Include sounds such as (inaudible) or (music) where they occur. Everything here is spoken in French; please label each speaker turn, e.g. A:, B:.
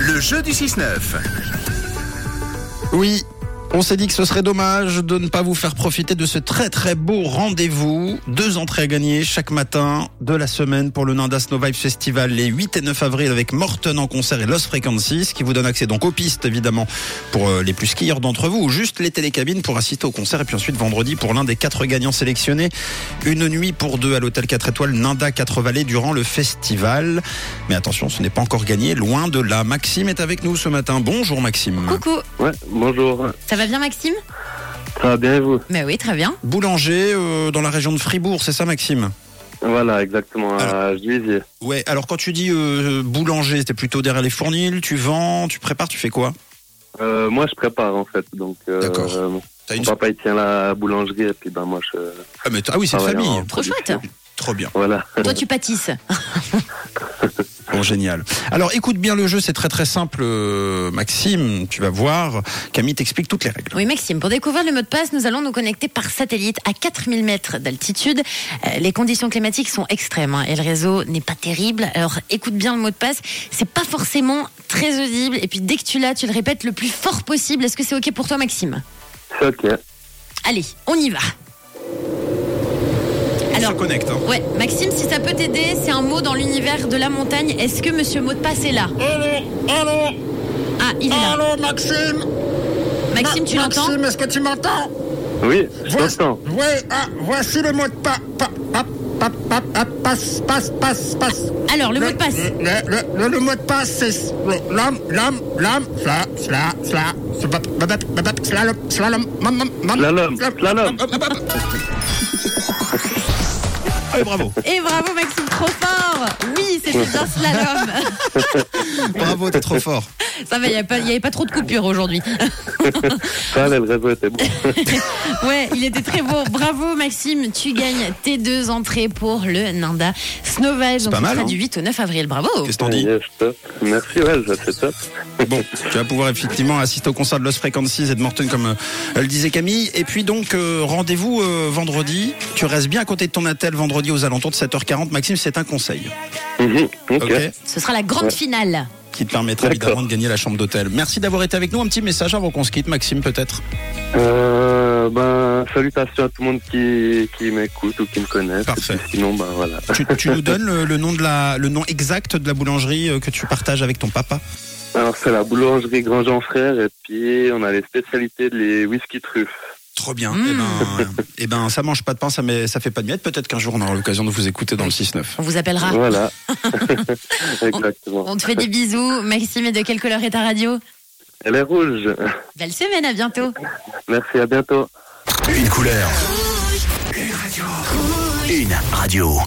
A: Le jeu du 6-9.
B: Oui, on s'est dit que ce serait dommage de ne pas vous faire profiter de ce très très beau rendez-vous. Deux entrées à gagner chaque matin de la semaine pour le Nanda Snow Vibes Festival les 8 et 9 avril avec Morten en concert et Lost Frequencies qui vous donne accès donc aux pistes évidemment pour euh, les plus skieurs d'entre vous ou juste les télécabines pour assister au concert et puis ensuite vendredi pour l'un des quatre gagnants sélectionnés. Une nuit pour deux à l'hôtel 4 étoiles Nanda 4 Vallées durant le festival. Mais attention, ce n'est pas encore gagné, loin de là. Maxime est avec nous ce matin. Bonjour Maxime.
C: Coucou,
D: Ouais, bonjour.
C: ça va bien Maxime
D: Ça va bien et vous
C: Bah oui, très bien.
B: Boulanger euh, dans la région de Fribourg, c'est ça Maxime
D: Voilà, exactement, à Juisier.
B: Ouais, alors quand tu dis euh, boulanger, c'était plutôt derrière les fournils, tu vends, tu prépares, tu fais quoi
D: Euh, moi, je prépare en fait. Donc, euh,
B: D'accord.
D: euh, mon
B: T'as une...
D: papa il tient la boulangerie et puis ben moi je.
B: ah, mais t- ah oui, c'est de
D: travaille
B: famille.
D: en
C: Trop
D: production.
C: chouette.
B: Trop bien.
D: Voilà. (laughs)
C: Toi, tu pâtisses.
B: Bon, génial. Alors écoute bien le jeu, c'est très très simple, euh, Maxime. Tu vas voir, Camille t'explique toutes les règles.
C: Oui, Maxime, pour découvrir le mot de passe, nous allons nous connecter par satellite à 4000 mètres d'altitude. Euh, les conditions climatiques sont extrêmes hein, et le réseau n'est pas terrible. Alors, écoute bien le mot de passe. C'est pas forcément très audible. Et puis, dès que tu l'as, tu le répètes le plus fort possible. Est-ce que c'est OK pour toi, Maxime
D: C'est ok.
C: Allez, on y va.
B: On
C: Alors,
B: se connecte. hein.
C: ouais, Maxime, si ça peut t'aider, c'est un mot dans l'univers de la montagne. Est-ce que monsieur mot de passe est là
E: Allô, allô,
C: Ah, il est là.
E: allô, Maxime
C: Maxime, tu
E: Ma-
C: l'entends
E: Maxime, est-ce que tu m'entends
D: Oui, je
E: Voici-
D: t'entends.
E: Oui, ah, voici le mot de pa... pa- pa- pa- pa- pa- passe, passe, passe, passe.
C: Alors, le mot de passe.
E: Le, le- le- le mot de passe, c'est le- l'homme, l'homme, l'homme, cela, cela, cela, c'est bap, bap, bap, bap, bap, slalom, slalom, mam, mam, mam,
D: Slalom,
E: slalom,
D: slalom.
E: bap, bap, bap.
B: Allez, Ah, bravo.
C: Et bravo Maxime, trop fort Oui, c'était bien slalom
B: bravo, t'es trop fort.
C: Ça va, il n'y avait pas trop de coupures aujourd'hui.
D: Ça, allait, le réseau était bon.
C: Ouais, il était très beau. Bravo Maxime, tu gagnes tes deux entrées pour le Nanda Snow Vibes.
B: pas
C: Donc,
B: mal,
C: ça
B: hein.
C: du 8 au 9 avril, bravo
B: Qu'est-ce que t'en dis
D: Yes, top. Merci, ouais, ça c'est top.
B: Bon, tu vas pouvoir effectivement assister au concert de Lost Frequencies et de Morton comme euh, le disait Camille. Et puis donc, euh, rendez-vous euh, vendredi. Tu restes bien à côté de ton attel vendredi aux alentours de 7h40. Maxime, c'est un conseil.
D: Mhm, ok.
B: Ok
C: Ce sera la grande finale.
B: qui te permettra
D: D'accord.
B: évidemment de gagner la chambre d'hôtel. Merci d'avoir été avec nous. Un petit message avant qu'on se quitte, Maxime, peut-être.
D: Euh, ben, salutations à tout le monde qui, qui m'écoute ou qui me connaît.
B: Parfait.
D: Et puis Sinon, ben voilà.
B: (laughs) Tu, tu nous donnes le, le nom de la, le nom exact de la boulangerie euh, que tu partages avec ton papa.
D: Alors, c'est la boulangerie Grand Jean Frère et puis on a les spécialités de les whisky truffes.
B: Trop bien.
C: Mm.
B: Eh ben, (laughs) euh, eh ben, ça mange pas de pain, ça, met, ça fait pas de miettes. Peut-être qu'un jour on aura l'occasion de vous écouter dans le 6-9.
C: On vous appellera.
D: Voilà. (laughs) Exactement.
C: On te fait des bisous. Maxime, et de quelle couleur est ta radio
D: Elle est rouge.
C: Belle semaine, à bientôt
D: Merci, à bientôt.
A: Une couleur. Une radio. Une radio.